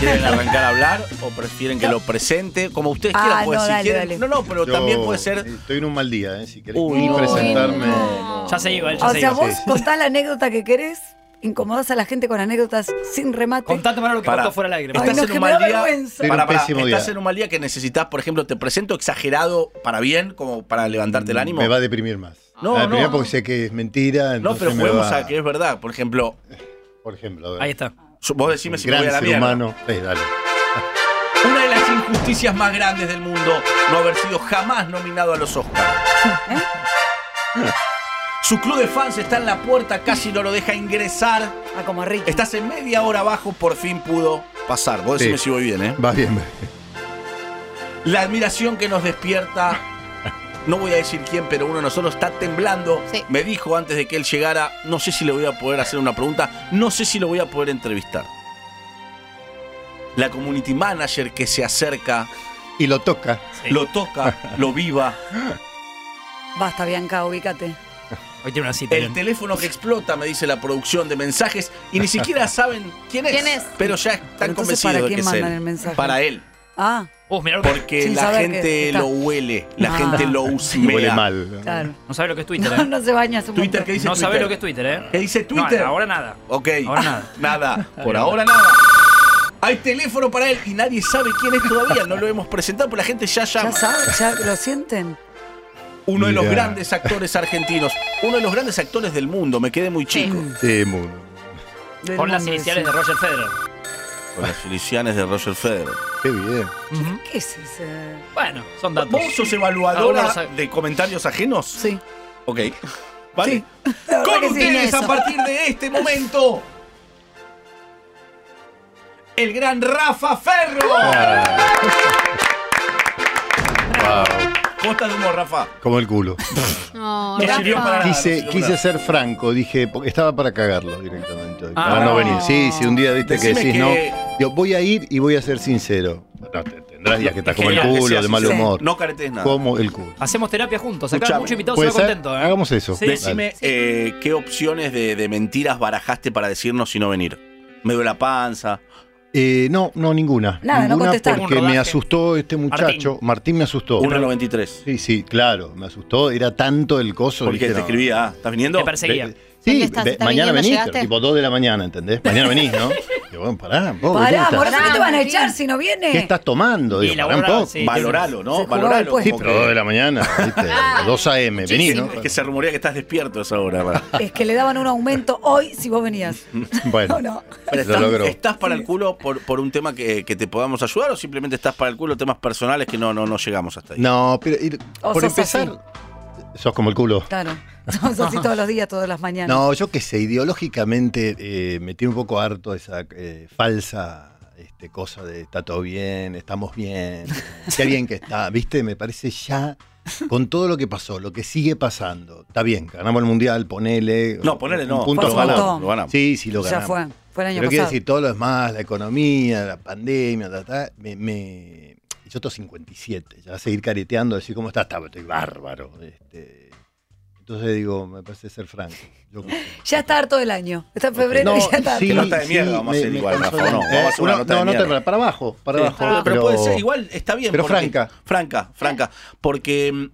quieren arrancar a hablar o prefieren que lo presente, como ustedes quieran. Ah, pues, no, si dale, quieren. dale. No, no, pero Yo también puede ser. Estoy en un mal día, ¿eh? Si querés Uy, ni no. presentarme. No. Ya se iba, él ya O se sea, iba. vos contás la anécdota que querés, incomodás a la gente con anécdotas sin remate. Contante para lo que Pará. contó fuera del aire. Ay, Estás no, en que un me da mal día. vergüenza. Tengo un Pará, pará, pésimo Estás día. en un mal día que necesitas, por ejemplo, te presento exagerado para bien, como para levantarte el ánimo. Mm, Me va a deprimir más. No, Me va a deprimir no. porque sé que es mentira. no, pero entonces me juguemos va- a que es verdad. Por ejemplo, Por ejemplo, a ver. Ahí está. yo- vos decime si me voy a Gran la ser mierda. humano. Eh, dale. Una de las injusticias más grandes del mundo, no haber sido jamás nominado a los Oscars. ¿Eh? Su club de fans está en la puerta, casi no lo deja ingresar. Ah, como a Ricky. Estás en media hora abajo, por fin pudo pasar. Vos Sí. decime si voy bien, ¿eh? Va bien. La admiración que nos despierta. No voy a decir quién, pero uno de nosotros está temblando. Sí. Me dijo antes de que él llegara, no sé si le voy a poder hacer una pregunta, no sé si lo voy a poder entrevistar. La community manager que se acerca, Y lo toca. Sí. lo toca, lo viva. Basta, Bianca, ubícate. Hoy tiene una cita. El León. teléfono que explota, me dice la producción de mensajes, y ni siquiera saben quién es. ¿Quién es? Pero ya están Pero entonces, convencidos ¿para de quién que es mandan él. el mensaje? Para él. Ah, Uh, mirá lo que- Porque Sin la saber que gente está- lo huele, la Ah. gente lo husmea. Huele mal. claro. No sabe lo que es Twitter, No, no ¿eh? se baña su Twitter, ¿qué dice No sabe Twitter? lo que es Twitter, ¿eh? ¿Qué dice No, Twitter? ahora nada. Ok. Ahora nada. Nada. Por ahora nada. Hay teléfono para él y nadie sabe quién es todavía. No lo hemos presentado, pero la gente ya llama. Ya saben, ya lo sienten. Uno de los Mirá. grandes actores argentinos. Uno de los grandes actores del mundo. Me quedé muy chico. Sí, muy- Del Con las mundo, iniciales de sí. Roger Federer. Con las iniciales de Roger Federer. Qué bien. ¿Qué es ese? Bueno, son datos. ¿Vos sos Algunos evaluadora saben. de comentarios ajenos? Sí. Ok. Vale. La verdad Con que sí. ustedes Eso. a partir de este momento. El gran Rafa Ferro. Ah, ¿Cómo estás de humor, Rafa? como el culo. No, No Rafa. sirvió para nada. Quise, no, quise no. ser franco, dije, porque estaba para cagarlo directamente. hoy, Ah. para no venir. Sí, sí, un día viste que Decime decís que- no. Yo voy a ir y voy a ser sincero. No, te- tendrás días que estás como el Genial que culo, seas de mal sincero. humor. No caretes nada. Como el culo. Hacemos terapia juntos. Acá Escuchame. mucho invitado se ¿Puede va ser? contento, ¿eh? Hagamos eso. Sí. Dale. Decime eh, qué opciones de, de mentiras barajaste para decirnos si no venir. Me duele la panza. Eh, no, no, ninguna. Nada, no ninguna contestar. porque Un me rodaje. asustó este muchacho. Martín, me asustó. 1.93. Oh. Sí, sí, claro, me asustó. Era tanto el coso. Porque dije, te no. escribía, ah, ¿estás viniendo? Me perseguía. Ve- Sí, ¿Dónde estás? ve- ¿Estás mañana viniendo? venís, ¿Llegaste? pero tipo 2 de la mañana, ¿entendés? Mañana venís, ¿no? Digo, bueno, pará, vos, ¿qué Pará, estás- amor, ¿qué te van a Martín. echar si no viene? ¿Qué estás tomando? Digo, Y la pará un hora, poco. sí. Valoralo, Se ¿no? jugaba Valoralo. después. Sí, como pero 2 de la mañana, ¿viste? Ah, 2 AM, venís, ¿no? que, que se rumorea que estás despierto a esa hora. Ra. Es que le daban un aumento hoy si vos venías. Bueno, No, no. Pero lo estás, logró. estás para el culo por, por un tema que, que te podamos ayudar o simplemente estás para el culo temas personales que no, no, no llegamos hasta ahí? No, pero ir- O por sos empezar, sos como el culo. Claro. Somos así todos los días, todas las mañanas. No, yo qué sé, ideológicamente eh, me tiene un poco harto esa eh, falsa este, cosa de está todo bien, estamos bien, qué bien que está, ¿viste? Me parece ya, con todo lo que pasó, lo que sigue pasando, está bien, ganamos el mundial, ponele. No, ponele no. Un punto Por lo lo favor. ganamos. ganamos. Lo ganamos. Sí, sí, lo ya ganamos. fue. Fue el año Pero quiero pasado. decir, todo lo demás, la economía, la pandemia, ta, ta, me, me- yo tengo 57, ya seguir careteando, decir cómo está, está, estoy bárbaro. este. entonces digo, me parece ser franco. Yo- Ya está harto del año. Está en febrero No, y ya está. sí, Que nota de mierda vamos a hacer me- me igual, canso Rafa, de- ¿o no? Vamos a hacer una no, nota de no, nota mierda. para, para abajo, para Sí. abajo. Ah, pero, puede ser igual, está bien. pero porque- franca. Franca, franca. Porque mm,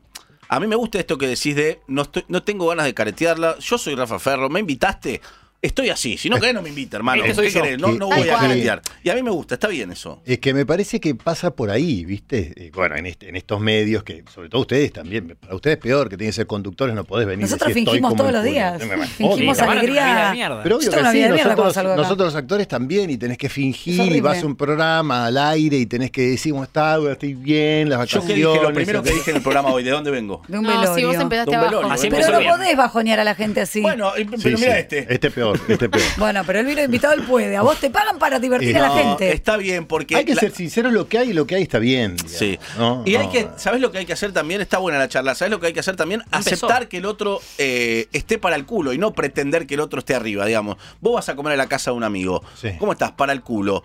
a mí me gusta esto que decís de no, estoy- no tengo ganas de caretearla. Yo soy Rafa Ferro, me invitaste. Estoy así. Si no querés, no me invita, hermano. Este soy ¿Qué yo. querés? No, no Tal voy a cual. caretear. Y a mí me gusta, está bien eso. Es que me parece que pasa por ahí, ¿viste? Eh, bueno, en, este- en estos medios, que sobre todo ustedes también, para ustedes peor, que tienen que ser conductores, no podés venir. y Nosotros decir, estoy fingimos como todos el los culo. días. No me imagino. Sí, Fingimos la mano tiene una vida alegría. de mierda. Pero obvio Yo tengo una que sí, vida de mierda cuando nosotros, salgo acá. nosotros los actores también y tenés que Es fingir horrible. y vas a un programa al aire y tenés que decir cómo está, bueno, estoy bien, las Yo que vacaciones. dije, lo primero que ¿entendés? dije en el programa hoy, ¿de dónde vengo? De un No, si velorio. vos empezaste De un abajo. velorio. Así Pero empezó no bien. podés bajonear a la gente así. Bueno, y- Sí, pero mira sí. este. Este peor, este peor. Bueno, pero él vino invitado, él puede. A vos te pagan para divertir a la No, gente. Ah, Está bien, porque. Hay que la- ser sincero, lo que hay, lo que hay está bien. digamos, Sí. ¿no? y hay No, que, ¿sabes lo que hay que hacer también? Está buena la charla. ¿Sabes lo que hay que hacer también? Empezó. Aceptar que el otro eh, esté para el culo y no pretender que el otro esté arriba, digamos. Vos vas a comer a la casa de un amigo. Sí. ¿Cómo estás? Para el culo.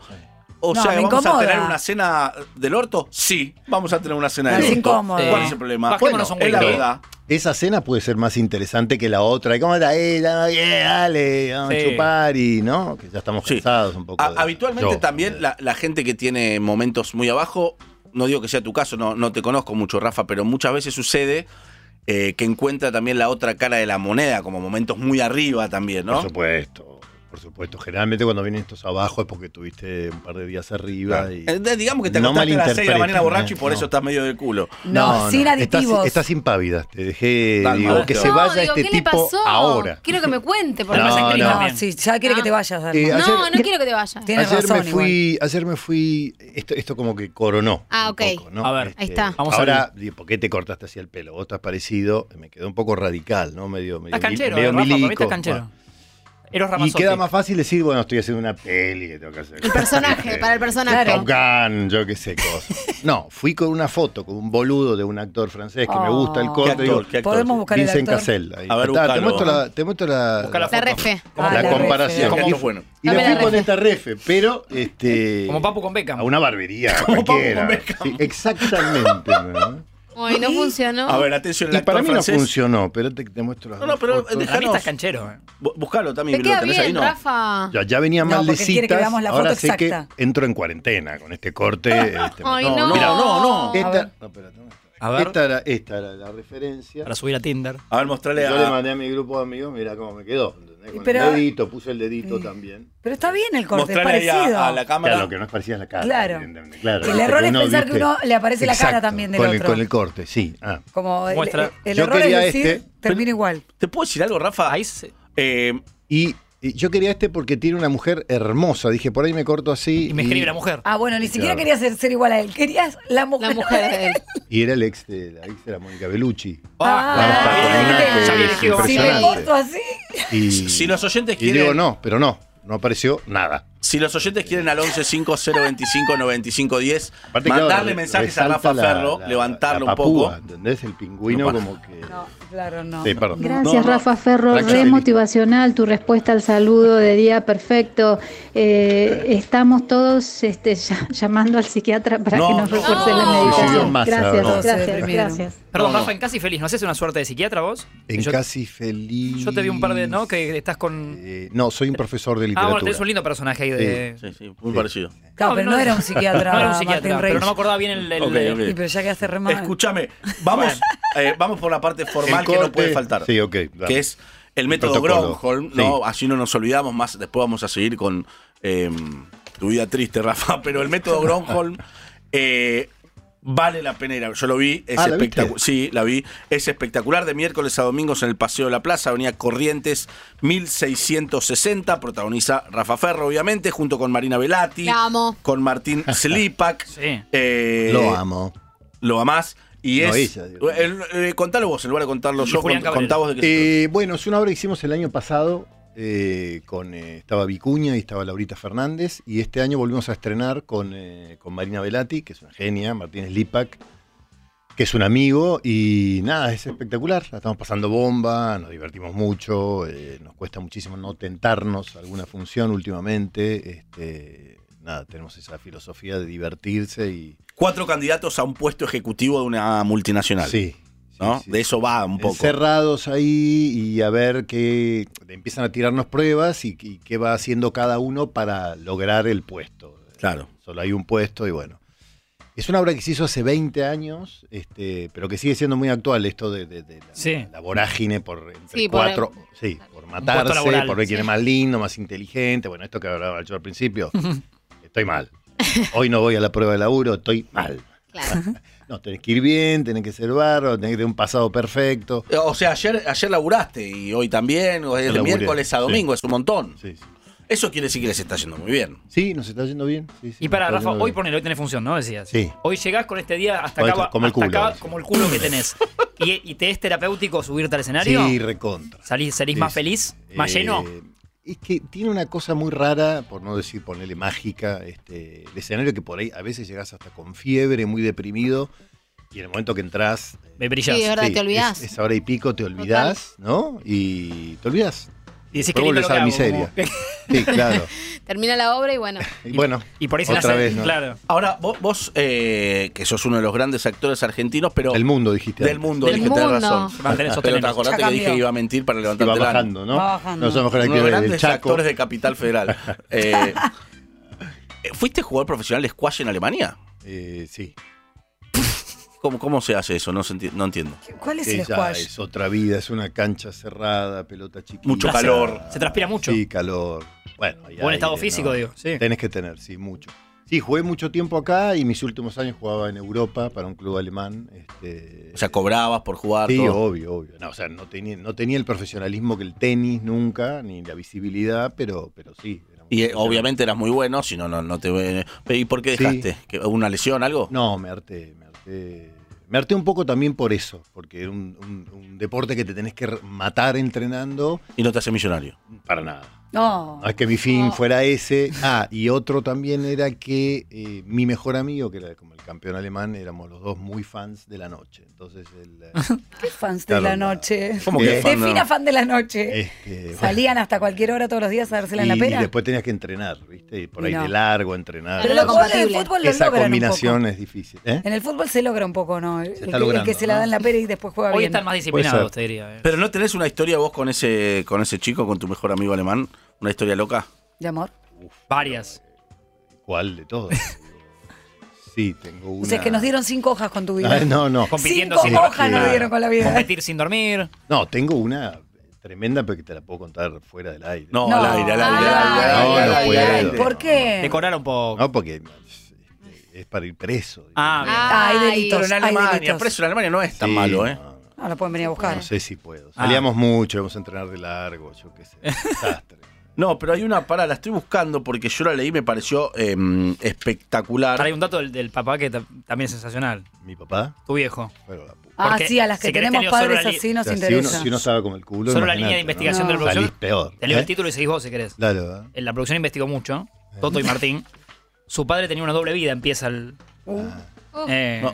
O No, sea, me ¿vamos a incomoda. tener una cena del orto? Sí, vamos a tener una cena No, del es orto. incómodo. ¿Cuál es el problema? Bajémonos Bueno, un es la hueco. verdad. esa cena puede ser más interesante que la otra. ¿Y cómo está? Eh, ya, eh, dale, vamos Sí. a chupar y, ¿no? Que ya estamos Sí. cansados un poco. Ha- de- habitualmente yo, eh. también de- la, la gente que tiene momentos muy abajo, no digo que sea tu caso, no, no te conozco mucho, Rafa, pero muchas veces sucede eh, que encuentra también la otra cara de la moneda, como momentos muy arriba también, ¿no? Por supuesto, por supuesto. Generalmente cuando vienen estos abajo es porque tuviste un par de días arriba y... Eh, de- digamos que te No acostaste a las 6 de la mañana malinterpreten, borracho y por no. eso estás medio de culo. No, sin estás- aditivos. Estás, impávida. Te dejé, Calma, digo, que Alberto. se No, vaya digo, este ¿qué le tipo pasó? ahora. Quiero que me cuente, por No, Pero favor. no, es no. no. No, sí, ya quiere Ah. que te vayas. Dalma. Eh, ayer- No, no quiero que te vayas. Tiene- Tenés Ayer me razón, fui, ayer me fui, esto, esto como que coronó. Ah, un ok. poco, ¿no? A ver, ahí está. Vamos a ahora, digo, ¿por qué te cortaste así el pelo? Vos estás parecido, me quedó un poco radical, ¿no? Medio, medio, Estás canchero, medio eh, Rafa, para mí milico. Ah. estás canchero. Eros Y Ramazzotti. queda más fácil decir, bueno, estoy haciendo una peli que tengo que hacer. este, El personaje, para el personaje. Top Gun, yo qué sé, cosas. No, fui con una foto con un boludo de un actor francés que me gusta el Ah. Oh. corte. ¿Qué digo, actor? ¿Qué actor? Podemos buscar el Vincent actor. Cassel. ahí. A ver, Está, te buscalo. muestro la, te muestro la, Busca La foto. refe. Como- Ah, la la comparación. refe. Y- ¿Cómo bueno? Y Dame me la fui con refe. esta refe, pero este. Como Papu con Beckham. A una barbería. Como Papu cualquiera. con Beckham. Sí, exactamente. ¿no? Hoy no funcionó. A ver, atención, el Y actor para mí francés. no funcionó, pero te, te muestro las No, no, dos pero fotos. deja- Para mí estás Janos. canchero. eh. Bu- Buscalo también, Te ¿lo queda tenés ahí? bien, No. Rafa. Ya, ya venía No, mal de porque quiere que citas, veamos la ahora foto sé exacta. que entro en cuarentena con este corte. este, Ay, No, no. no, mira, no, no. A ver. esta, no, espérate, no. A ver, Esta, era, esta era la referencia. para subir a Tinder. A ver, mostrale Yo le a, mandé a mi grupo de amigos, mira cómo me quedó. ¿entendés? Con Pero- el dedito, puse el dedito también. Pero está bien el corte, es mostrale ahí parecido. a, a la cámara. Claro, lo que no es parecida es la cara. Claro. evidentemente, claro. El error es uno, pensar que viste, uno le aparece la cara exacto, también del con El, otro. con el corte, sí. Ah. Como el, Muestra. el- el Yo error es quería decir, este. termina igual. ¿Te puedo decir algo, Rafa? Ahí se... Eh, Y, y yo quería este porque tiene una mujer hermosa. Dije, por ahí me corto así. Y me escribe la mujer. Ah, bueno, ni siquiera Claro. querías ser, ser igual a él, querías la mujer. La mujer de él. Y era el ex de la ex de la Mónica Bellucci. Ah, Ah, ¿viste? ya había Sí, elegido. Si me impresionante. corto así, Y, si los oyentes y quieren. digo, no, pero no. No apareció nada. Si los oyentes quieren al 11 50 25 95 10, Aparte, claro, mandarle re- mensajes a resalta Rafa la- Ferro, la- levantarlo la un poco. papúa, ¿Entendés? El pingüino No, para. como que. no, claro, no. Sí, perdón. No, Gracias, no. Rafa Ferro. Gracias, Re Eli. motivacional tu respuesta al saludo de día perfecto. Eh, estamos todos este, ll- llamando al psiquiatra para No, que nos no. refuerce la No. Suicidio en medicación. masa, gracias, no. Se gracias, deprimieron. gracias. Perdón, No, no. Rafa, en casi feliz. ¿No haces una suerte de psiquiatra vos? En yo, casi feliz. Yo te vi un par de. ¿No? Que estás con. Eh, no, soy un profesor de Eh, Ah, literatura. bueno, tenés un lindo personaje ahí de. Sí, sí, muy Sí. parecido. Claro, pero no, no. era un psiquiatra, No era un Martín psiquiatra, Reich. pero no me acordaba bien el. el- Ok, el- ok. Sí, pero ya quedaste re mal. Escúchame, vamos, eh, vamos por la parte El formal que no corte- puede faltar. Sí, ok. dale. que es el método protocolo. Gronholm, Sí. ¿no? Así no nos olvidamos más, después vamos a seguir con eh, tu vida triste, Rafa, pero el método Gronholm eh, vale la pena ir a- Yo lo vi, es Ah, ¿la viste? espectacular. Sí, la vi. Es espectacular, de miércoles a domingos en el Paseo de la Plaza, Avenida Corrientes, 1660, protagoniza Rafa Ferro, obviamente, junto con Marina Velati, La amo. con Martín Slipak. Sí. eh, Lo amo. Lo amás. Y No, es. ella, digo. el- eh, contalo vos, en lugar de contarlo Y yo, Julián cont- Cabrera. contá vos de qué se trata. Eh, bueno, es una obra que hicimos el año pasado. eh, con, eh, estaba Vicuña y estaba Laurita Fernández. Y este año volvimos a estrenar con, eh, con Marina Velati, que es una genia, Martínez Lipak, que es un amigo. Y nada, es espectacular. La estamos pasando bomba, nos divertimos mucho. eh, nos cuesta muchísimo no tentarnos alguna función últimamente. Este, nada, tenemos esa filosofía de divertirse y. cuatro candidatos a un puesto ejecutivo de una multinacional. Sí. sí, ¿no? sí. De eso va un poco. Encerrados ahí y a ver qué. Empiezan a tirarnos pruebas y, y qué va haciendo cada uno para lograr el puesto. Claro. Solo hay un puesto y bueno. Es una obra que se hizo hace 20 años, este, pero que sigue siendo muy actual esto de, de- de la, Sí. la vorágine por entre Sí, por cuatro. sí, por matarse, laboral, por ver quién sí. es más lindo, más inteligente. Bueno, esto que hablaba yo al principio. Estoy mal. Hoy no voy a la prueba de laburo, estoy mal. Claro. No, tenés que ir bien, tenés que ser bárbaro, tenés que tener un pasado perfecto. Eh, O sea, ayer, ayer laburaste y hoy también, o desde Laburé, miércoles a sí. domingo, es un montón. Sí, sí. Eso quiere decir que les está yendo muy bien. Sí, nos está yendo bien. sí, sí, Y para, nos está Rafa, yendo hoy bien. ponele, hoy tenés función, ¿no? Decías. Sí. Hoy llegás con este día hasta Hoy acá, te- como el hasta culo, acá, decís. como el culo que tenés. ¿Y, y te es terapéutico subirte al escenario? Sí, recontra. ¿Salís, salís Sí, más sí. feliz? ¿Más Eh, lleno? Es que tiene una cosa muy rara, por no decir ponerle mágica, este, el escenario que por ahí a veces llegás hasta con fiebre, muy deprimido, y en el momento que entrás... eh, Me brillás. Sí, es verdad, te es- olvidás. Esa hora y pico te olvidás, ¿no? Y te olvidás. Y decís Después que lindo volvés a lo que la hago, miseria. como- Sí, claro. Termina la obra y bueno. Y bueno, Y por ahí se la Otra hace- vez, ¿no? Claro. Ahora, vos, vos, eh, que sos uno de los grandes actores argentinos, pero del mundo dijiste. Del antes. mundo, Del dije, tenés mundo. razón. Mantener esos Pero te tenenos. acordate Ya que dije cambió. que iba a mentir para Y levantarte va la mano. bajando, ¿no? Va bajando. No somos mejor Uno de los actores del grandes Chaco. actores de Capital Federal. Eh, ¿Fuiste jugador profesional de squash en Alemania? Eh, sí, ¿Cómo, cómo se hace eso? No, se enti- no entiendo. ¿Cuál es que el ya squash? es otra vida, es una cancha cerrada, pelota chiquita. Mucho calor. Se transpira mucho. Sí, calor. Bueno, hay Buen estado aire, físico, ¿no? digo. Sí. Tenés que tener, sí, mucho. Sí, jugué mucho tiempo acá y mis últimos años jugaba en Europa para un club alemán. Este, O sea, cobrabas por jugar. Sí, todo. obvio, obvio. No, o sea, no tenía, no tenía el profesionalismo que el tenis nunca, ni la visibilidad, pero, pero sí. era un- Y eh, obviamente eras muy bueno, si no, no, no te. ve- eh, ¿Y por qué Sí. dejaste? ¿Que- ¿Una lesión, algo? No, me harté, me harté. Me harté un poco también por eso, porque era un, un- un deporte que te tenés que re- matar entrenando Y no te hace millonario. para nada. No. No es que mi fin No. fuera ese. Ah, y otro también era que eh, mi mejor amigo, que era como el campeón alemán, éramos los dos muy fans de la noche. Entonces, el, eh, ¿Qué fans de Claro, la no. noche? ¿Cómo que Eh, fan no? Defina fan de la noche. este, Salían hasta cualquier hora todos los días a dársela en la y, y pera. después tenías que entrenar, ¿viste? Y por ahí No. de largo entrenar. Pero lo los jugadores del compatible. fútbol lo Esa logran un combinación poco. es difícil. ¿eh? En el fútbol se logra un poco, ¿no? El, está que- el logrando, que se la ¿no? da en la pera y después juega Hoy bien. están más Puede disciplinados, ser. te diría. eh. Pero no tenés una historia vos con ese, con ese chico, con tu mejor amigo alemán, una historia loca. De amor. Varias. ¿Cuál de todos? sí, tengo una. O sea, es que nos dieron cinco hojas con tu vida. Ah, no, no. Compitiendo cinco sin hojas dormir. nos dieron con la vida. Competir sin dormir. No, tengo una tremenda, pero que te la puedo contar fuera del aire. No, No. al aire, al aire, al aire, Ah, al aire, no, al aire, puedo. al aire. ¿Por qué? Decorar un poco. No, porque este, es para ir preso. Ah, Ah, hay Ay, delitos. Pero en hay Alemania, delitos. preso en Alemania no es tan Sí, malo, ¿eh? No, no, No, lo pueden venir a buscar. no sé si puedo. Ah. Salíamos mucho, íbamos a entrenar de largo, yo qué sé. Desastre. No, pero hay una pará, la estoy buscando porque yo la leí y me pareció eh, bien. Ahora hay espectacular. un dato del, del papá que ta- también es sensacional. Mi papá, Tu viejo. pero la puta. Ah, Porque sí, a las que si querés tenemos te leo solo padres la li- así O nos sea, si, uno, interesa. si uno estaba como el culo, Solo la línea de imagínate, investigación No. del Salís profesor. peor. Te leo ¿eh? el título y seguís vos si querés. Claro, ¿eh? En La producción investigó mucho. Toto y Martín. Su padre tenía una doble vida, empieza el. Uh, Uh, eh, No,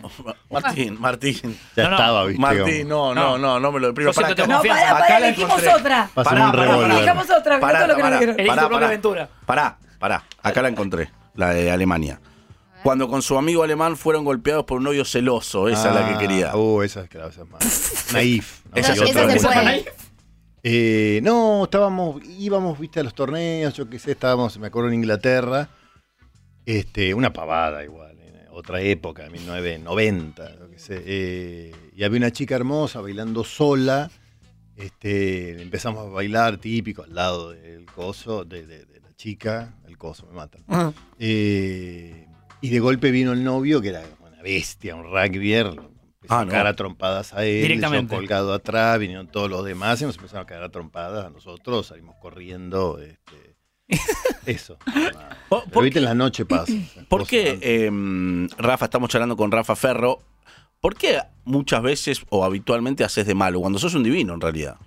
Martín, Martín. Ya No, no. estaba, viste. Martín, no, como- no, No. no, no me lo deprimo. Yo siento que No, confianza. pará, Acá pará, la elegimos encontré. otra. Pásame Pará, un pará, revólver. pará. Elijamos otra, mirá todo lo que nos dieron. Elegí tu propia aventura. Pará, pará. Acá la encontré, la de Alemania. Cuando con su amigo alemán fueron golpeados por un novio celoso, esa es la Ah, que quería. Uh, esa es claro, esa es más. Naif. ¿no? Esa Y es otra otra se cosa. puede. Eh, no, estábamos, íbamos, viste, a los torneos, yo qué sé, estábamos, me acuerdo, en Inglaterra. Este, una pavada igual, en otra época, 1990, yo qué sé. eh, y había una chica hermosa bailando sola. Este, empezamos a bailar típico al lado del coso, de, de- de la chica, el coso, me matan. Ah. Eh, y de golpe vino el novio, que era una bestia, un rugbyer. Empezó Ah, a no. caer a trompadas a él, Directamente. yo colgado atrás, vinieron todos los demás y nos empezaron a caer a trompadas a nosotros, salimos corriendo. este, eso. ¿Por, Pero por- viste, en la noche pasa. esas por cosas, qué, ¿no? eh, Rafa, estamos charlando con Rafa Ferro? ¿Por qué muchas veces o habitualmente haces de malo cuando sos un divino en realidad?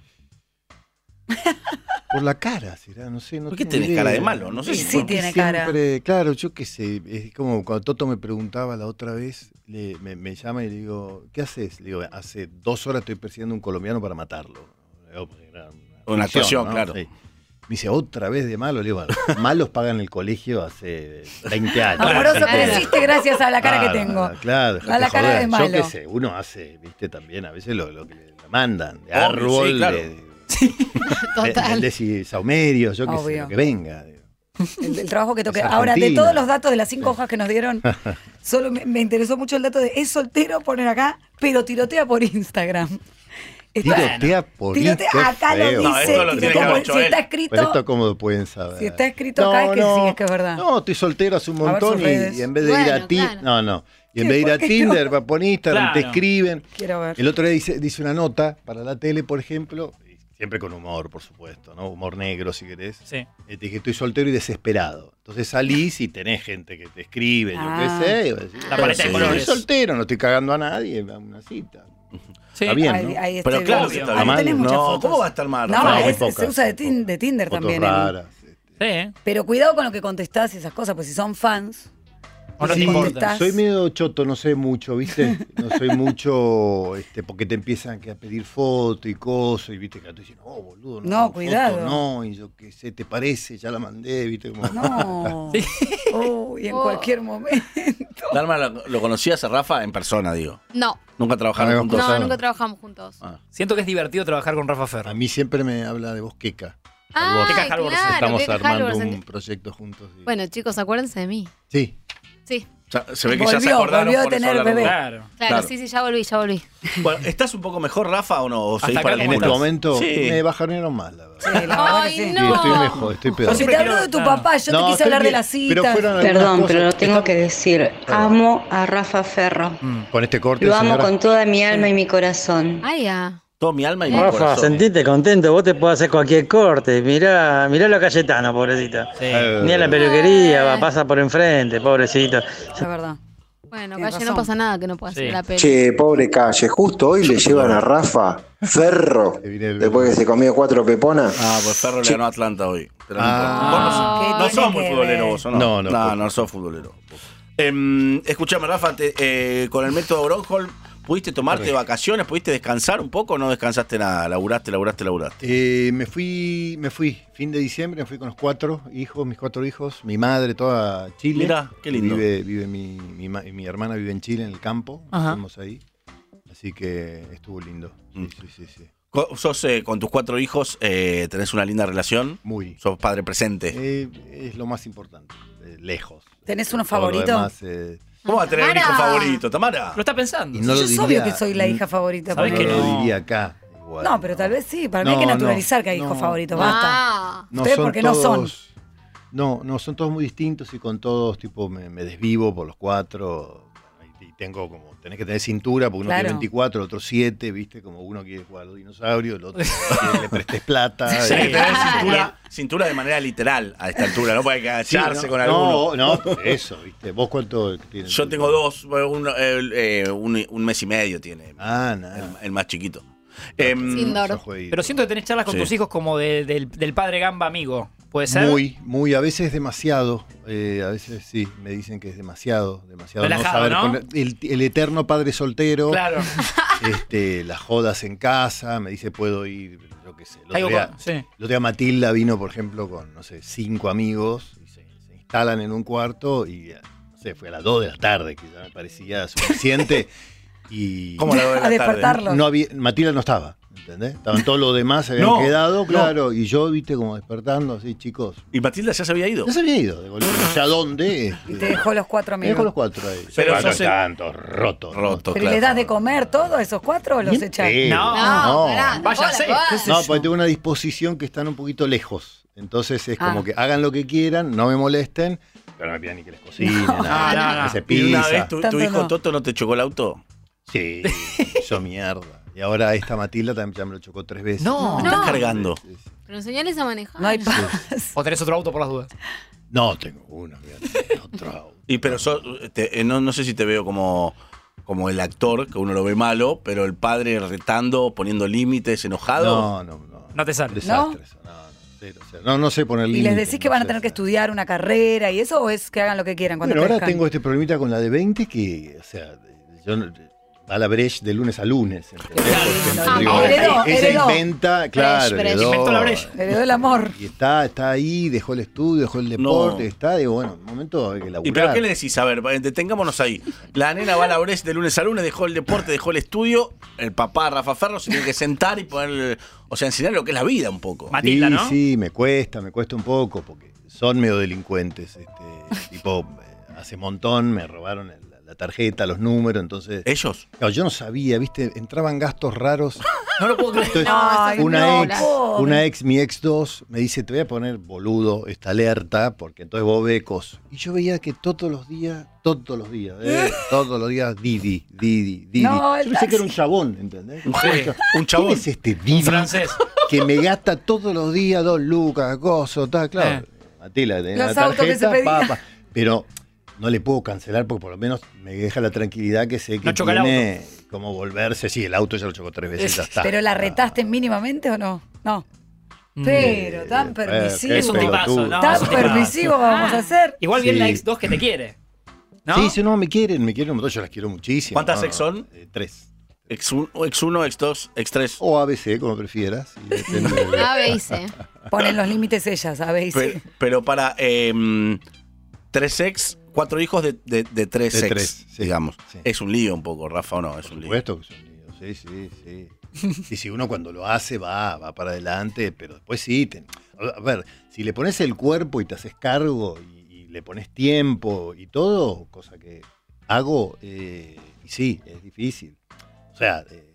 Por la cara, será, no sé. No ¿Por qué tengo tenés idea. cara de malo? No sé Y si sí por- tiene cara. Siempre, claro, yo qué sé, es como cuando Toto me preguntaba la otra vez, le- me, me llama y le digo, ¿qué haces? Le digo, hace dos horas estoy persiguiendo a un colombiano para matarlo. Le digo, porque era Una actuación, claro. Me dice, otra vez de malo, le digo, "Bueno, malos pagan el colegio hace 20 años. Amoroso Así que- creciste gracias a la cara que Ah, Claro, tengo. Claro, A la cara de malo. Yo qué sé, uno hace, viste, también a veces lo, lo que le mandan, de Obvio, árbol, sí, claro. de, de- total. de- de saumerio, yo qué sé, Obvio. lo que venga. digo. El, el trabajo que toqué. Es Ahora, de Argentina. todos los datos de las cinco hojas que nos dieron, solo me, me interesó mucho el dato de es soltero, poner acá, pero tirotea por Instagram. Está- Tirotea por tirotea, Instagram, qué acá lo feo. dice. No, esto lo tiene tirotea que por- haber hecho si está él. escrito, Pero esto cómo lo pueden saber. Si está escrito acá, es que sí, es que es verdad. No, estoy soltero hace un A ver sus montón y, redes. y en vez de ir Bueno, a ti, claro. no, no. Y en ¿Qué? vez de ir a ¿Por qué Tinder, va por Instagram, te Claro. escriben. quiero ver. El otro día dice, dice una nota para la tele, por ejemplo, y siempre con humor, por supuesto, ¿no? Humor negro, si querés. sí. Eh, Te dije, estoy soltero y desesperado. Entonces salís y tenés gente que te escribe, Ah. yo qué sé. y vas a decir, La "Pero paleta de sí, colores. Estoy soltero, no estoy cagando a nadie, a una cita. Sí. Está bien, Ahí- ¿no? este, ahí Pero estoy- claro que obvio. está Ahí mal. tenés muchas No, fotos. ¿cómo va a estar mal? No, Rafa? muy es- se pocas, usa de, muy Tin- pocas. de Tinder Fotos también. el- raras. Sí, ¿eh? Pero cuidado con lo que contestás y esas cosas, pues si son fans, O no Sí, te importa. contestás. Soy medio choto, no sé mucho, ¿viste? No soy mucho, este, porque te empiezan que a pedir foto y cosas, y viste que tú dices, no, "Oh, boludo, no. No, foto cuidado. no, y yo qué sé, ¿te parece? Ya la mandé, viste, como. No. Uy, en Oh. cualquier momento. Dalma, ¿lo, lo conocías a Rafa en persona, digo? No, Nunca trabajaron No, juntos. no, Cosa. nunca trabajamos juntos. Ah. Siento que es divertido trabajar con Rafa A Ferro. mí siempre me habla de vos, Keka. Ah, Keka claro, Halvorsen, Estamos Keka armando Halvorsen. un proyecto juntos. y- Bueno, chicos, acuérdense de mí. Sí. Sí, O sea, se ve que ya se Volvió, acordaron volvió a por eso tener hablaron bebé. Claro. claro, Claro. sí, sí, ya volví, ya volví. de- Bueno, ¿Estás un poco mejor, Rafa, o no? ¿O Hasta seguís acá para ¿cómo el En este culo? estás? momento Sí. me bajaron más, la verdad. Sí, la verdad que Ay, sí. no. Sí, estoy mejor, estoy peor. Yo Si siempre te hablo quiero- de tu no. papá, yo No, te quise estoy hablar de bien, la pero cita. fueron algunas Perdón, pero lo cosas- tengo está- que decir. Amo a Rafa Ferro. Mm. Con este corte, Lo amo señora. con toda mi alma y mi corazón. Ay, ah. ya. Todo mi alma y mi Rafa, corazón. sentiste contento, vos te podés hacer cualquier corte. Mirá, mirá lo Cayetano, pobrecito. Sí. Eh, Ni a la peluquería, va, pasa por enfrente, pobrecito. La verdad. Bueno, Tienes calle, no razón. pasa nada que no pueda Sí. hacer la peli. Che, pobre calle, justo hoy le llevan a Rafa Ferro, Le viene el- después que se comió cuatro peponas. Ah, pues Ferro le ganó a Atlanta hoy. Te lo Ah. recuerdo. Vos no- ¿Qué No tiene sos muy que futbolero ver? vos, ¿o ¿no? No, no, No, poco. no sos futbolero. Em, escuchame, Rafa, te- eh, con el método Bronholm, ¿pudiste tomarte vacaciones? ¿Pudiste descansar un poco o no descansaste nada? Laburaste, laburaste, laburaste. Eh, me fui, me fui, fin de diciembre, me fui con los cuatro hijos, mis cuatro hijos, mi madre, toda Chile. Mirá, qué lindo. Vive, vive mi, mi, ma- mi hermana vive en Chile, en el campo, Ajá. estamos ahí. Así que estuvo lindo. Sí, Mm. sí, sí, sí. Co- Sos eh, con tus cuatro hijos, eh, tenés una linda relación, Muy. sos padre presente. Eh, es lo más importante, eh, lejos. ¿Tenés uno Todo lo favorito? demás, eh, ¿Cómo va a tener un hijo Tamara. favorito, Tamara? Lo está pensando. y no yo lo es diría- Mm. obvio que soy la hija favorita. ¿Sabés No porque- que lo no? diría acá. igual, No, pero tal vez sí. Para mí hay No, que no, naturalizar que hay hijos no, favoritos. no. Basta. Ah, No Ustedes son porque no son. todos- No, no, son todos muy distintos y con todos, tipo, me, me desvivo por los cuatro. Y tengo como, tenés que tener cintura, porque uno Claro. tiene 24, el otro 7, ¿viste? Como uno quiere jugar a los dinosaurios, el otro quiere que le prestes plata. Tiene que eh, tener Ah, cintura, cintura de manera literal a esta altura, no puede sí, agacharse no, con alguno. No, no, por eso, ¿viste? ¿Vos cuánto tienes? Yo tengo dos, bueno, uno, eh, eh, un, un mes y medio tiene Ah, el, nada. el más chiquito. Em, Sin Yo Dor. juego y- Pero siento que tenés charlas con Sí. tus hijos como de- del, del padre gamba amigo. ¿Puede ser? Muy, muy, a veces demasiado. eh, a veces sí, me dicen que es demasiado, demasiado. Relajado, ¿no? poner- el, el eterno padre soltero. Claro. este, las jodas en casa, me dice puedo ir, yo qué sé. El otro, Algo día, con- sí. el otro día Matilda vino, por ejemplo, con, no sé, cinco amigos, y se, se instalan en un cuarto y, eh, no sé, fue a las dos de la tarde, que ya me parecía suficiente. y ¿Cómo la doy en A la tarde? despertarlo. no había, Matilda no estaba, ¿entendés? Estaban todos los demás, se habían No, quedado, claro, y yo, viste, como despertando, así, chicos. ¿Y Matilda ya se había ido? No se había ido, de golpe, no sé a dónde. Y este, te dejó los cuatro me dejó amigos. los cuatro ahí. Pero Cuatro sos el- tantos, rotos. Roto, ¿Pero ¿y les claro. das de comer todos esos cuatro o los Bien eh. echas? pedo. No, Ah, no, no. pará, Váyase. hola, ¿Qué sé No, yo? porque tengo una disposición que están un poquito lejos. Entonces es Ah. como que hagan lo que quieran, no me molesten, pero no me pidan ni que les cocine, nada, No, no, que no. se ¿Y una pizza. vez tu, tu Tanto hijo no. Toto no te chocó el auto? Sí, hizo mierda. Y ahora esta Matilda también ya me lo chocó tres veces. No. Estás No. cargando. Sí, sí. Pero enseñales a manejar. No hay paz. O tenés otro auto por las dudas. No, tengo uno, fíjate, otro auto. Y pero sos- te- eh, no, no sé si te veo como, como el actor, que uno lo ve malo, pero el padre retando, poniendo límites, enojado. No, no, no. No te sale. Desastre eso, No, no, cero, cero. No, no sé poner ¿Y límites, les decís que no van a sé, tener que o sea. estudiar una carrera y eso o es que hagan lo que quieran cuando Bueno, ahora crezcan? tengo este problemita con la de 20 que, o sea, yo no- va a la breche de lunes a lunes. ¿entendés? Claro. Porque Ah, ella heredó, heredó. inventa, claro, Breche. heredó. Inventó la breche. Heredó el amor. Y está, está ahí, dejó el estudio, dejó el deporte, No. está, digo, bueno, un momento hay que laburar. ¿Y pero qué le decís? A ver, pa- detengámonos ahí. La nena va a la Brest de lunes a lunes, dejó el deporte, dejó el estudio. El papá, Rafa Ferro, se tiene que sentar y poner. O sea, enseñar lo que es la vida un poco. Matilda, sí, ¿no? sí, me cuesta, me cuesta un poco, porque son medio delincuentes, este, tipo, eh, hace montón me robaron el- la, tarjeta, los números, entonces... ¿Ellos? claro, yo no sabía, viste, entraban gastos raros. No lo puedo creer. Entonces, Ay, una no, ex, pobre. una ex, mi ex 2, me dice, te voy a poner boludo, esta alerta, porque entonces vos ve cosas. Y yo veía que todos los días, todos los días, eh, todos los días, Didi, Didi, Didi. No, el yo pensé que era un taxi. chabón, ¿entendés? Un chabón. ¿Quién es este Didi Francés. que me gasta todos los días dos lucas, coso, tal? Eh. Claro, Matila, de la Los autos que se tarjeta, pedían. pa, pa. pero... No le puedo cancelar porque por lo menos me deja la tranquilidad que sé que No choca el tiene como volverse. Sí, el auto ya lo chocó tres veces, ya está. ¿Pero la Ah. retaste mínimamente o no? No. Mm. Pero tan Eh, qué permisivo. Es un tipazo, pelotudo. no, Tan ah. es un tipazo. permisivo vamos a hacer. Igual bien Sí. la ex 2 que te quiere. ¿No? Sí, sí, no, me quieren, me quieren un montón, yo las quiero muchísimo. ¿Cuántas no, ex son? eh, tres. Ex 1, ex 2, ex 3. O ABC, como prefieras. y este depende de- A, B y C. Ponen los límites ellas, ¿sabéis? Pero, pero para em, tres ex, cuatro hijos de, de, de tres De ex, tres, sí, digamos. sí. Es un lío un poco, Rafa, ¿o no? Es Por un lío. supuesto que son líos, sí, sí, sí. Y si uno cuando lo hace va, va para adelante, pero después sí. te- a ver, si le pones el cuerpo y te haces cargo y, y le pones tiempo y todo, cosa que hago, eh, y sí, es difícil. O sea, eh,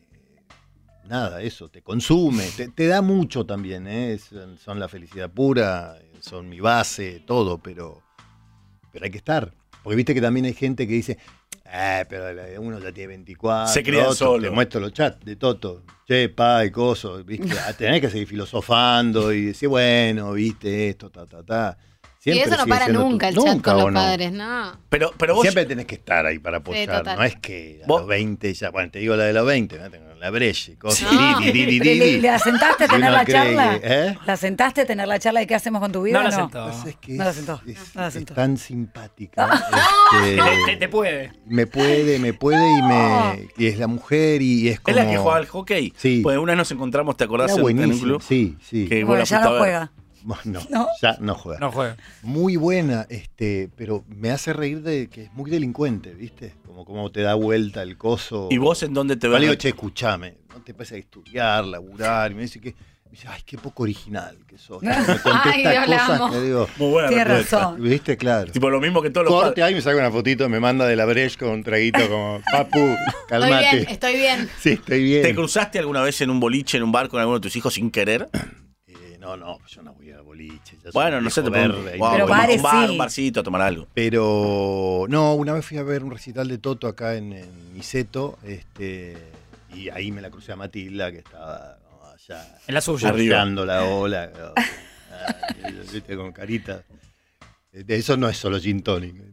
nada, eso, te consume, te, te da mucho también, ¿eh? son, son la felicidad pura, son mi base, todo, pero, pero hay que estar. Porque viste que también hay gente que dice, ah, pero la- uno ya tiene 24. Se crían otro, solo. Te muestro los chats de Toto, che, pa, y coso, viste, Ah, tenés que seguir filosofando y decir, bueno, viste esto, ta, ta, ta. Y eso no sigue para siendo tu- nunca el chat nunca, con ¿o los no? padres, no. Pero, pero vos. Siempre tenés que estar ahí para apoyar. total. no es que a Vos- los 20 ya. Bueno, te digo la de los 20, ¿no? Tengo la breche, cosas. No. di, di, di, di, ¿Le, di. le- le asentaste a Y uno tener la cree charla? que- ¿eh? ¿La sentaste a tener la charla de qué hacemos con tu vida? No o la no? sentó. Entonces, que No la es- sentó, es- no la es sentó. tan simpática. este, Te, te- te puede. me puede, me puede y me. Y es la mujer y es Es como. la que juega al hockey. Sí. Pues una vez nos encontramos, ¿te acordás? en- Era en un buenísima, club. Sí, sí. Que vos Bueno, la fuiste ya a no ver. juega. Bueno, No. ya no juega. No juega. Muy buena, este, pero me hace reír de que es muy delincuente, ¿viste? Como, como te da vuelta el coso. ¿Y vos en dónde te Yo le digo, ves? che, escuchame, no te pasa a estudiar, laburar, y me dice que, me dice, ay, qué poco original que sos. Me contesta Ay, Dios, la cosas amo. que digo, Muy buena Tienes respuesta. razón. viste, claro. Tipo lo mismo que todos los Corte, padres. ahí me saca una fotito, me manda de la brecha con un traguito como, papu, Estoy bien, calmate. estoy bien. Sí, estoy bien. ¿Te cruzaste alguna vez en un boliche, en un bar con alguno de tus hijos sin querer? Eh, no, no, yo no voy a boliche. ya soy Bueno, no viejo sé, te verde, pregunto. ahí Wow, me Pero un- voy. bares un bar, sí. un barcito, a tomar algo. Pero no, una vez fui a ver un recital de Toto acá en, en Niceto, este, y ahí me la crucé a Matilda, que estaba no, allá En la suya. surfeando la ola. ¿no? Ah, ¿viste? con carita. Eh, Eso no es solo gin tonic.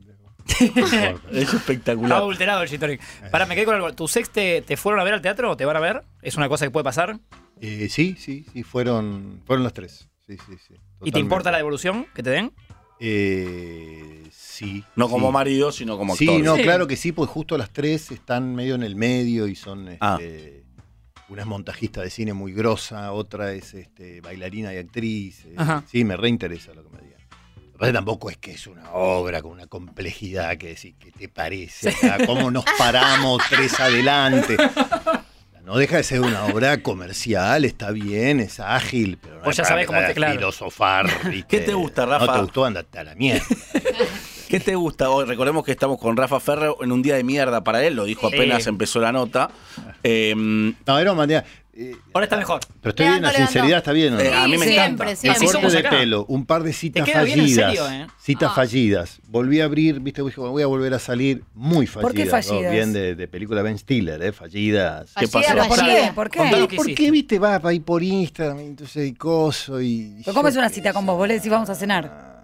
Es Ah, Estaba espectacular. adulterado el Shitonic. Para, me quedé con algo. ¿Tus ex te, te fueron a ver al teatro o te van a ver? ¿Es una cosa que puede pasar? Eh, sí, sí, sí, fueron, fueron las tres. Sí, sí, sí. ¿Y te importa la devolución que te den? Eh, sí. No como sí. marido, sino como actor. Sí, no, Sí. claro que sí, porque justo las tres están medio en el medio y son este, Ah. una es montajista de cine muy grosa, otra es este, bailarina y actriz. eh, Ajá. sí, me reinteresa lo que me digan. Lo que pasa es que tampoco es que es una obra con una complejidad que decir, ¿qué te parece? Acá? ¿Cómo nos paramos tres adelante? No deja de ser una obra comercial, está bien, es ágil, pero no es Vos Pues ya para sabés cómo empezar te- a claro. filosofar. ¿viste? te gusta, No Rafa? te gustó, andate a la mierda. ¿Qué te gusta hoy? Recordemos que estamos con Rafa Ferro en un día de mierda para él, lo dijo Sí. apenas empezó la nota. Eh, No, era una manera. eh, Ahora está mejor. Pero estoy bien, Levantó, la levantó. sinceridad está bien. ¿o no? Eh, a mí me siempre, encanta. siempre. El así corte somos de acá. pelo, un par de citas Te queda bien en fallidas. serio, ¿eh? Citas Ah. fallidas. Volví a abrir, viste, dije, bueno, voy a volver a salir muy fallidas. ¿Por qué ¿no? fallidas? Bien de, de película Ben Stiller, ¿eh? Fallidas. ¿Qué pasó? Fallida, ¿Pero por fallida. qué? ¿Por qué? Contalo. Pero ¿Qué ¿Por hiciste? qué, viste, vas ahí por Instagram, entonces y coso y. Pero ¿cómo yo es una qué cita con sé? vos? Vos le decís, vamos a cenar.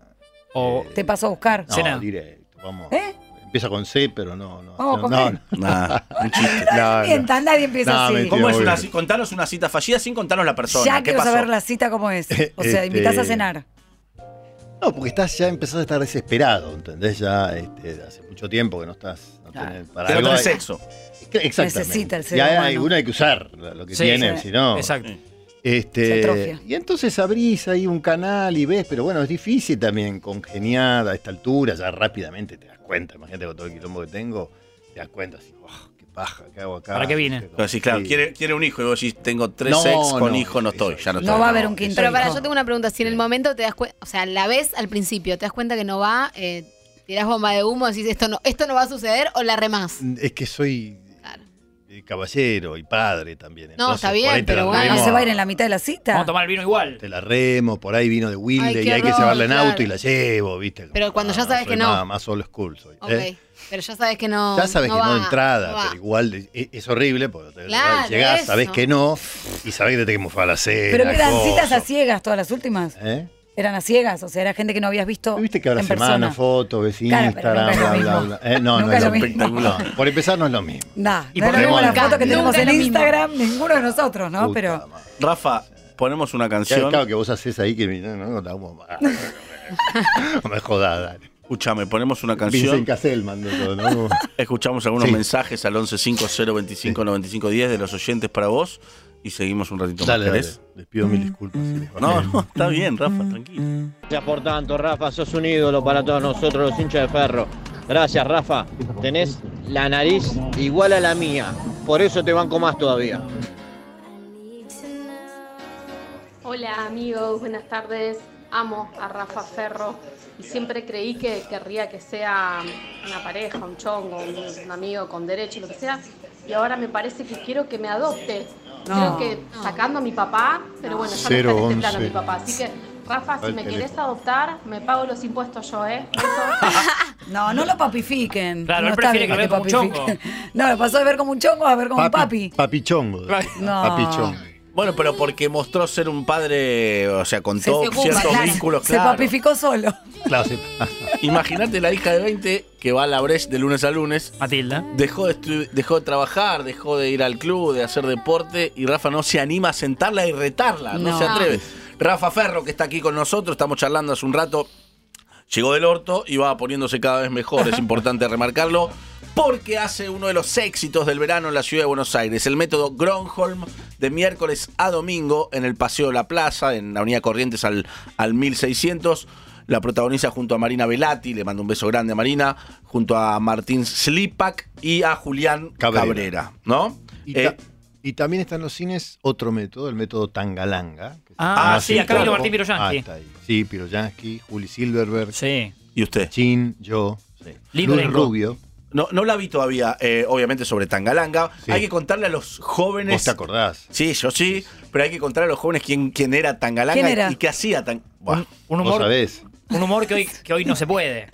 O- Te paso a buscar. No, Cena. directo, vamos. ¿Eh? Empieza con C, pero no, no. Vamos a no, comer. no, nada, un chiste. no, no. Mienta, nadie empieza No, así. mentira. ¿Cómo es una, obvio. contanos una cita fallida sin contarnos la persona. Ya ¿Qué quiero pasó? saber la cita cómo es. O sea, Este- invitas a cenar. No, porque estás ya empezás a estar desesperado, ¿entendés? Ya este, hace mucho tiempo que no estás. No tenés, para Que no algo tenés hay- sexo. Exactamente. Necesita el ser ya humano. hay- uno hay que usar lo lo que Sí, tiene, sí. si no. Exacto. Este, Se atrofia. Y entonces abrís ahí un canal y ves, pero bueno, es difícil también congeniar a esta altura, ya rápidamente te das cuenta, imagínate con todo el quilombo que tengo, te das cuenta así, "Uah, qué paja, qué hago acá. ¿Para qué vine? Viste, Pero sí, claro, sí. quiere, quiere un hijo y vos decís, tengo tres No, ex con no, hijo, no estoy, ya no eso, estoy. No va a haber un eso. quinto Pero para, hijo. yo tengo una pregunta. Si en el momento te das cuenta, o sea, la ves al principio, te das cuenta que no va, eh, tirás bomba de humo, decís esto no, esto no va a suceder o la remás. Es que soy Claro. eh, caballero y padre también. No, está entonces, por bien, ahí te la pero Ah, bueno. no remo se va a ir en la mitad de la cita. Vamos a tomar el vino igual. Te la remo, por ahí vino de Wilde Ay, qué y hay que horror, llevarla en claro. auto y la llevo, ¿viste? Como, Pero cuando ya sabes soy que no. Más, más old school soy. Ok, ¿eh? pero ya sabes que no. Ya sabes que no va, de entrada, no va. pero igual es, es horrible porque te- Claro, llegás, eso. sabes que no y sabes que te tenés que mofar a la cena. Pero eran coso. citas a ciegas todas las últimas. ¿Eh? Eran a ciegas, o sea, era gente que no habías visto. Viste que ahora en se mandan persona. fotos, ves Claro, pero nunca Instagram, es lo bla, bla, mismo. bla. Eh, No, no Nunca es es lo lo mismo. mismo. No, por empezar no es lo mismo. Nah, Y no por es lo mismo la nunca, foto que tenemos nunca en es lo mismo. Instagram, ninguno de nosotros, ¿no? Puta Pero madre. Rafa, ponemos una Ya, canción. Claro que vos haces ahí que no, no, no, la humo. No me jodas, dale. Escúchame, ponemos una Vincent canción, Cassel mandó todo, ¿no? escuchamos algunos Sí. mensajes al 1150259510 de los oyentes para vos y seguimos un ratito dale, más. dale. ¿querés? Les pido mil disculpas. si les va No, bien. no, está bien, Rafa, tranquilo. Gracias por tanto, Rafa. Sos un ídolo para todos nosotros, los hinchas de ferro. Gracias, Rafa. Tenés la nariz igual a la mía. Por eso te banco más todavía. Hola amigos, buenas tardes. Amo a Rafa Ferro y siempre creí que querría que sea una pareja, un chongo, un, un amigo con derecho, lo que sea. Y ahora me parece que quiero que me adopte. Creo No. que sacando a mi papá, pero bueno, ya Cero no está en once. este plano mi papá. Así que, Rafa, si Al me teléfono. querés adoptar, me pago los impuestos yo, ¿eh? No, no lo papifiquen. Claro, no él está prefiere bien que lo vea te como un papifiquen. No, lo pasó de ver como un chongo a ver como un papi. Papichongo. No. Papichongo. Bueno, pero porque mostró ser un padre, o sea, con Se- todos se ocupa, ciertos claro. vínculos, Se claro. papificó solo. Claro, sí. Imagínate la hija de 20 que va a la brecha de lunes a lunes, Matilda. dejó de, estu- dejó de trabajar, dejó de ir al club, de hacer deporte, y Rafa no se anima a sentarla y retarla, no, No. se atreve. Rafa Ferro, que está aquí con nosotros, estamos charlando hace un rato, llegó del orto y va poniéndose cada vez mejor, es importante remarcarlo. Porque hace uno de los éxitos del verano en la ciudad de Buenos Aires, el método Gronholm de miércoles a domingo en el Paseo de la Plaza, en la Avenida Corrientes al, al 1600. La protagoniza junto a Marina Velati, le mando un beso grande a Marina, junto a Martín Slipak y a Julián Cabrera, Cabrera. ¿no? Y, Eh, ta- y también está en los cines otro método, el método Tangalanga. que se Ah, llama sí, así acá vino poco. Martín Piroyansky. Ah, está ahí. Sí, Piroyansky, Juli Silverberg, Sí. ¿Y usted? Chin, yo, sí. Lindo Luis elenco. Rubio. No, no la vi todavía, eh, obviamente, sobre Tangalanga. Sí. Hay que contarle a los jóvenes. ¿Vos te acordás? Sí, yo sí, pero hay que contar a los jóvenes quién, quién era Tangalanga ¿Quién era? Mm, y qué hacía tan. Buah. Un, un ¿Vos humor, sabés? un humor que, hoy, que hoy no se puede.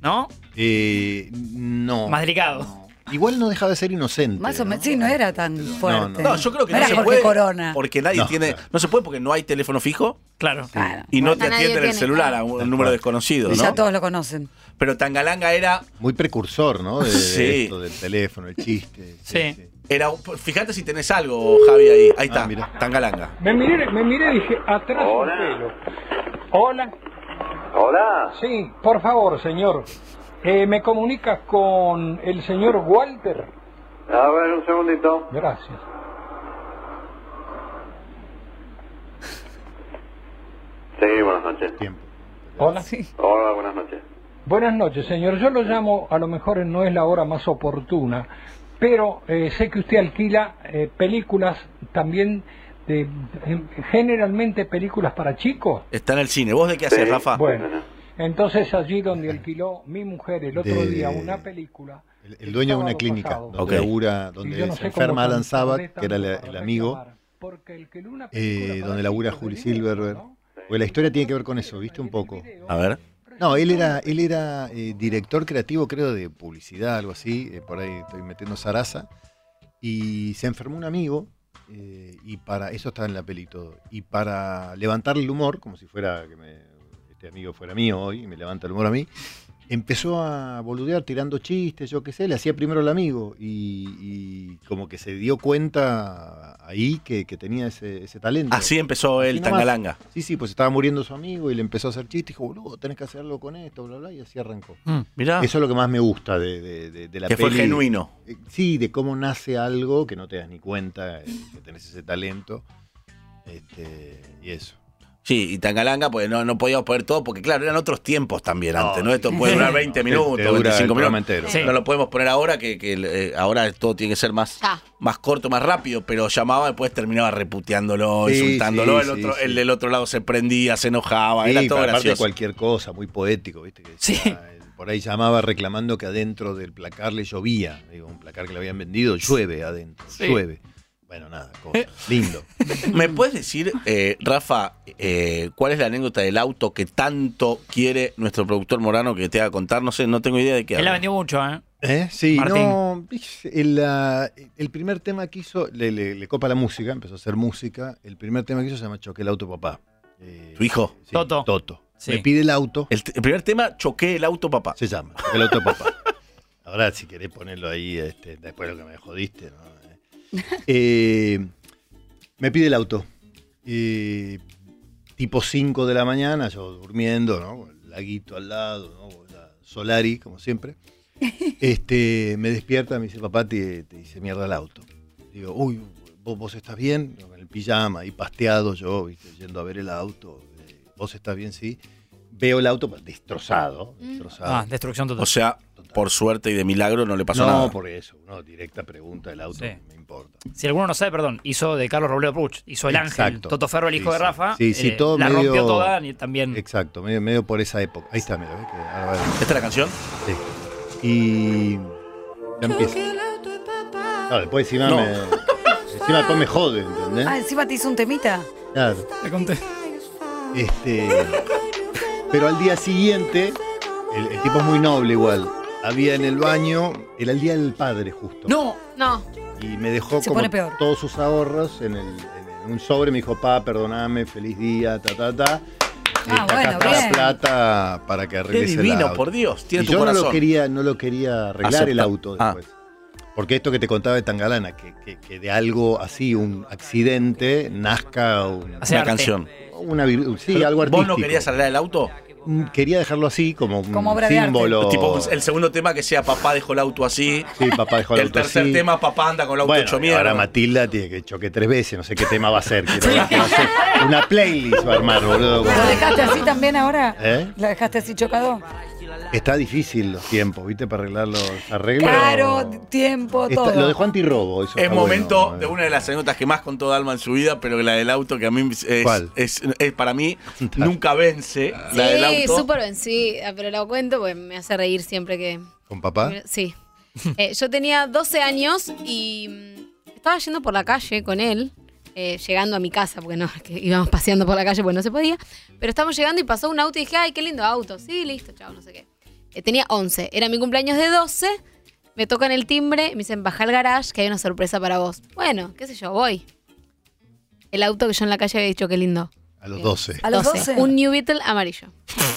¿No? Eh, no. Más delicado. No. Igual no dejaba de ser inocente. Más o ¿no? menos. Sí, no era tan fuerte. no. No, yo creo que no, eh. era se Jorge puede. Corona. Porque nadie No, tiene. claro. No se puede porque no hay teléfono fijo Claro. Claro. y no te Nadie atienden el tiene, celular a claro. un Tal número cual. desconocido, Y ya ¿no? todos lo conocen. Pero Tangalanga era. Muy precursor, ¿no? De, de Sí. esto del teléfono, el chiste. Sí. era un- Fíjate si tenés algo, Javi, ahí. Ahí está, Ah, mira. Tangalanga. Me miré, me miré y dije, atrás Hola. un pelo. Hola. Hola. Sí, por favor, señor. Eh, ¿Me comunicas con el señor Walter? A ver, un segundito. Gracias. Sí, buenas noches. Tiempo. Hola. Hola, buenas noches. Buenas noches, señor. Yo lo llamo, a lo mejor no es la hora más oportuna, pero eh, sé que usted alquila eh, películas también, de, em, generalmente películas para chicos. Está en el cine. ¿Vos de qué haces, Sí. Rafa? Bueno, entonces allí donde alquiló mi mujer el otro De- día una película. El, el dueño de una sábado clínica pasado. donde Ok. labura, Y donde yo no se sé cómo enferma Alan tardé Sabat, tanto que era el, para el amigo, reclamar, porque alquiló una película eh, para donde labura chicos Juli de niños, Silverberg. ¿no? Porque la historia tiene que ver con eso, ¿viste? Un poco. A ver. No, él era, él era eh, director creativo, creo, de publicidad, algo así. eh, por ahí estoy metiendo zaraza. Y se enfermó un amigo. eh, y para eso estaba en la peli y todo. Y para levantarle el humor, como si fuera que me- este amigo fuera mío hoy, y me levanta el humor a mí, empezó a boludear tirando chistes, yo qué sé. Le hacía primero el amigo. Y, y como que se dio cuenta ahí que, que tenía ese, ese talento. Así empezó Así el nomás. Tangalanga. Sí, sí, pues estaba muriendo su amigo y le empezó a hacer chistes. Dijo, boludo, tenés que hacerlo con esto, bla, bla, y así arrancó. Mirá. Eso es lo que más me gusta de, de- de- de la Ah. que fue peli. genuino. Eh, Sí, de cómo nace algo que no te das ni cuenta, eh, que tenés ese talento. Este, y eso. Sí, y Tangalanga, pues no, no podíamos poner todo, porque claro, eran otros tiempos también No, antes, ¿no? eh, Esto puede durar 20 minutos, Te- te dura el 25 programa minutos. entero. Sí. No lo podemos poner ahora, que, que, eh, ahora todo tiene que ser más, Ya. más corto, más rápido, pero llamaba y después terminaba reputeándolo, Sí, insultándolo, sí, el, otro, sí, el sí. del otro lado se prendía, se enojaba, Sí, era todo pero aparte gracioso. cualquier cosa, muy poético, ¿viste? Que decía, Sí. eh, Por ahí llamaba reclamando que adentro del placar le llovía. Digo, un placar que le habían vendido, llueve adentro, Sí. llueve. Bueno, nada, Eh. cosas. Lindo. ¿Me puedes decir, eh, Rafa, eh, cuál es la anécdota del auto que tanto quiere nuestro productor Morano que te haga contar? No sé, no tengo idea de qué Él la habla. vendió mucho, ¿eh? ¿Eh? Sí, Martín. no, el, ah, el primer tema que hizo, le, le- le copa la música, empezó a hacer música, el primer tema que hizo se llama Choqué el auto, papá. Eh, ¿Tu hijo? sí, Toto. Toto. Sí. Me pide el auto, El, t- el primer tema, choqué el auto, papá. se llama, Choqué el auto, papá. Ahora, si querés ponerlo ahí, este, después de lo que me jodiste, ¿no? Eh, me pide el auto. Eh, tipo 5 de la mañana, yo durmiendo, ¿no? Con el laguito al lado, ¿no? Con la- Solari, como siempre, este, me despierta, me dice, papá, te, te hice mierda el auto. Digo, uy, vos, vos estás bien, en el pijama, ahí pasteado yo, ¿viste? yendo a ver el auto, eh, vos estás bien, sí. Veo el auto destrozado, destrozado. Ah, destrucción total. O sea, por suerte y de milagro no le pasó no, nada. por eso, no, directa pregunta del auto, Sí. me importa. Si alguno no sabe, perdón, hizo de Carlos Robledo Puch, hizo el ángel, Exacto. Toto Ferro, el Sí, hijo de sí. Rafa. Sí, sí, eh, todo la medio- rompió toda y también. Exacto, medio, medio por esa época. Ahí está, mira, ¿ves? Que ahora va- ¿Esta es la canción? Sí. Y. Ya empieza. Claro, después encima No. me. Encima después me jode, ¿entendés? Ah, encima te hizo un temita. Claro. Te conté. Este. Pero al día siguiente, el, el tipo es muy noble igual. Había en el baño, era el día del padre justo. No, No, Y me dejó Se como pone peor. todos sus ahorros en, el- en un sobre. Me dijo, pa, perdoname, feliz día, ta, ta, ta. Este, acá bueno, está bien. la plata para que Qué arregles el divino, auto". por Dios. Tiene Y tu yo corazón. no lo quería, no lo quería arreglar el Acepta- auto Ah. después. Porque esto que te contaba de Tangalana, que, que- que de algo así, un accidente, nazca una, Hacer Una arte. canción. una vir- sí, Pero, algo artístico. ¿Vos no querías arreglar el auto? Mm, Quería dejarlo así, como un Como obra de arte. símbolo. Tipo, el segundo tema que sea papá dejó el auto así. Sí, papá dejó el, el auto tercer así. tema, papá anda con el auto Bueno, hecho y ahora mierda. Matilda tiene que choque tres veces, no sé qué tema va a ser. quiero ver qué va a ser. Una playlist va a armar, boludo. ¿Lo dejaste así también ahora? ¿Eh? ¿Lo dejaste así chocado? Está difícil los tiempos, ¿viste? Para arreglar los arreglos. Claro, tiempo, Está- todo. lo dejó antirrobo. Eso Es está momento bueno. eh. de una de las anécdotas que más con toda alma en su vida, pero la del auto que a mí es, ¿Cuál? es- es para mí nunca vence. La del sí, auto. súper vencida, pero la cuento porque me hace reír siempre que... ¿Con papá? Sí. Eh, yo tenía 12 años y mm, estaba yendo por la calle con él, eh, llegando a mi casa, porque no, es que íbamos paseando por la calle, pues no se podía, pero estábamos llegando y pasó un auto y dije, ay, qué lindo auto. Sí, listo, chao, no sé qué. Eh, tenía 11, era mi cumpleaños de 12, me tocan el timbre, me dicen, baja al garage, que hay una sorpresa para vos. Bueno, qué sé yo, voy. El auto que yo en la calle había dicho, qué lindo. A eh, los 12. A los 12. Un New Beetle amarillo.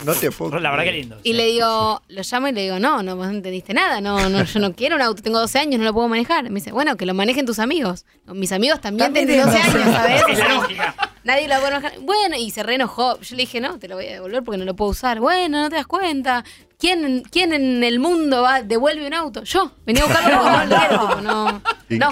No te puedo. La verdad que lindo. Y le digo, lo llamo y le digo, no, no, vos no entendiste nada, no, no, yo no quiero un auto, tengo 12 años, no lo puedo manejar. Me dice, bueno, que lo manejen tus amigos. Mis amigos también, También tienen 12 tienen años, ¿sabes? Es la lógica. Nadie lo puede manejar. Bueno, y se reenojó. Yo le dije, no, te lo voy a devolver porque no lo puedo usar. Bueno, no te das cuenta. ¿Quién, quién en el mundo va, devuelve un auto? Yo. Venía a buscarlo como no lo quiero, tipo, no. no.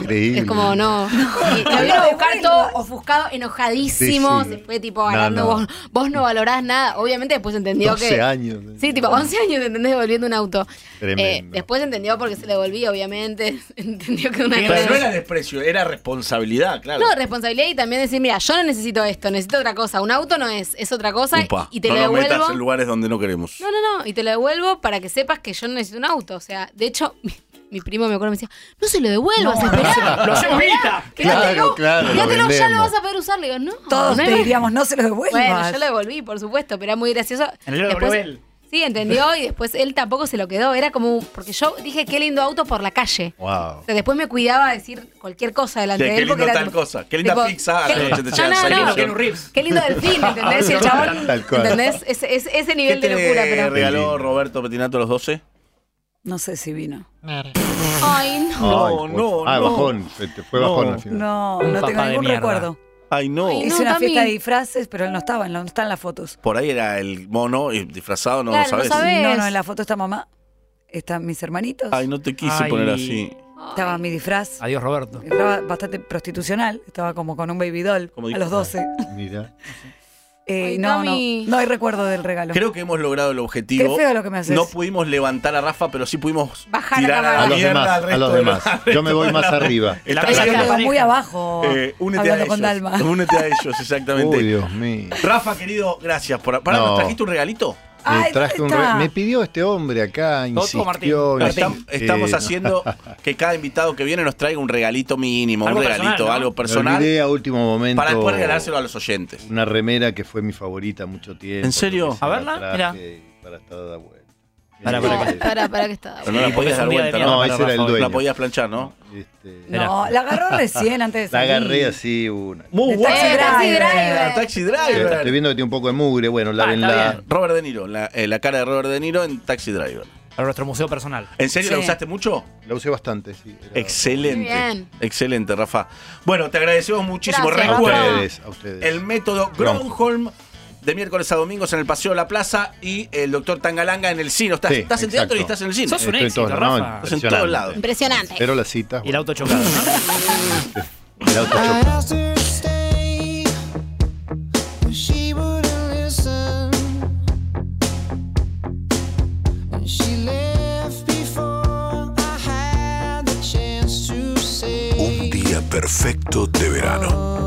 Increíble. Es como, no. Y lo vino a buscar todo ofuscado, enojadísimo. Sí, sí. Se fue tipo No, agarrando, no. Vos, vos no valorás nada. Obviamente después entendió 12 que. años. Sí, tipo 11 años, ¿entendés? Devolviendo un auto. Tremendo. Eh, después entendió porque se le devolví, obviamente. entendió que una Pero no era desprecio, era responsabilidad, claro. No, responsabilidad y también decir, mira, yo no necesito esto, necesito otra cosa. Un auto no es, es otra cosa Upa, y te no lo nos devuelvo. metas en lugares donde no queremos. No, no, no, y te lo devuelvo para que sepas que yo no necesito un auto. O sea, de hecho, mi, mi primo me acuerdo me decía, no se lo devuelvas, esperá. Lo hacemos guita. Claro, Quédatelo, claro, lo quédatelo, ya lo vendemos. vas a poder usar. Le digo, no. Todos no te es- diríamos, no se los devuelvas. Bueno, yo lo devolví, por supuesto, pero era muy gracioso. En el Después- Nobel. Sí, entendió y después él tampoco se lo quedó. Era como, un- porque yo dije, qué lindo auto por la calle. Wow. O sea, después me cuidaba a decir cualquier cosa delante Sí, de qué él. porque lindo era tal tipo- cosa, qué linda pizza a las qué- 80 no, no, chelas, no. qué lindo que era un rips. Qué lindo delfín, ¿entendés? Y el chabón, Tal cual. ¿entendés? Ese, ese- ese ¿Qué nivel te de locura, pero... regaló Roberto Petinato a los 12? No sé si vino. Ay, no. No, Ay, no, Ah, no. bajón. se te Fue bajón No. al final. No, Un no tengo papá de ningún mierda. recuerdo. Ay, no. Ay, Hice no, una Tami. fiesta de disfraces, pero él no estaba, él no está en las fotos. Por ahí era el mono y disfrazado, no Claro, lo sabes. no sabés. ¿Ves? No, no, en la foto está mamá, están mis hermanitos, Ay, no te quise Ay. poner así. estaba mi disfraz. Adiós, Roberto. Estaba bastante prostitucional, estaba como con un baby doll Como a dijo. los 12. Mira. Eh, Ay, no, no, Tami. no hay recuerdo del regalo. Creo que hemos logrado el objetivo. Qué feo lo que me haces. No pudimos levantar a Rafa, pero sí pudimos Bajar tirar a, la cámara. la A los mierda demás, al resto a los de demás. Yo me voy más arriba. Está La Ella mesa bien. quedó pareja. muy abajo Eh, únete a hablando ellos. con Dalma. Únete a ellos, exactamente. Uy, Dios mío. Rafa, querido, gracias por. Pará, ¿nos No. trajiste un regalito? Ay, Me, traje un re- está. me pidió este hombre acá, Toto Martín. insistió. Martín. Estam- insistió. estamos Eh, haciendo que cada invitado que viene nos traiga un regalito mínimo, un Algo regalito, personal, ¿no? algo Me olvidé personal, a último momento. para después regalárselo a los oyentes. Una remera que fue mi favorita mucho tiempo. ¿En serio? que se A la verla, traje Para estar de vuelta. Este, Pará, No, pará, para, para que estaba. Pero no la Sí, porque podías es dar un día de vuelta, ¿no? mierda No, para ese era el Rafa. dueño. La podías planchar, ¿no? Este, No, la agarró recién antes de la salir. agarré así una. Muy De Taxi bueno. Driver. Ah, Taxi Driver. Estoy viendo Eh, que tiene un poco de mugre. Bueno, Ah, lávenla. está la bien. Robert De Niro, la, eh, la cara de Robert De Niro en Taxi Driver. Para nuestro museo personal. ¿En serio la Sí. usaste mucho? La usé bastante, sí. Era- Excelente. Muy bien. Excelente, Rafa. Bueno, te agradecemos muchísimo. Gracias, A Bueno. Recuerda ustedes, a ustedes. el método Gronholm. Gronholm de miércoles a domingos en el Paseo de la Plaza y el Doctor Tangalanga en el cine. Estás, Sí, estás en exacto. teatro y estás en el cine. Sos un Estoy en éxito, todos lados, Rafa. no, Estás en todos lados. Impresionante. Pero las citas. Y el auto chocado. ¿no? El auto Ah, choca. Un día perfecto de verano.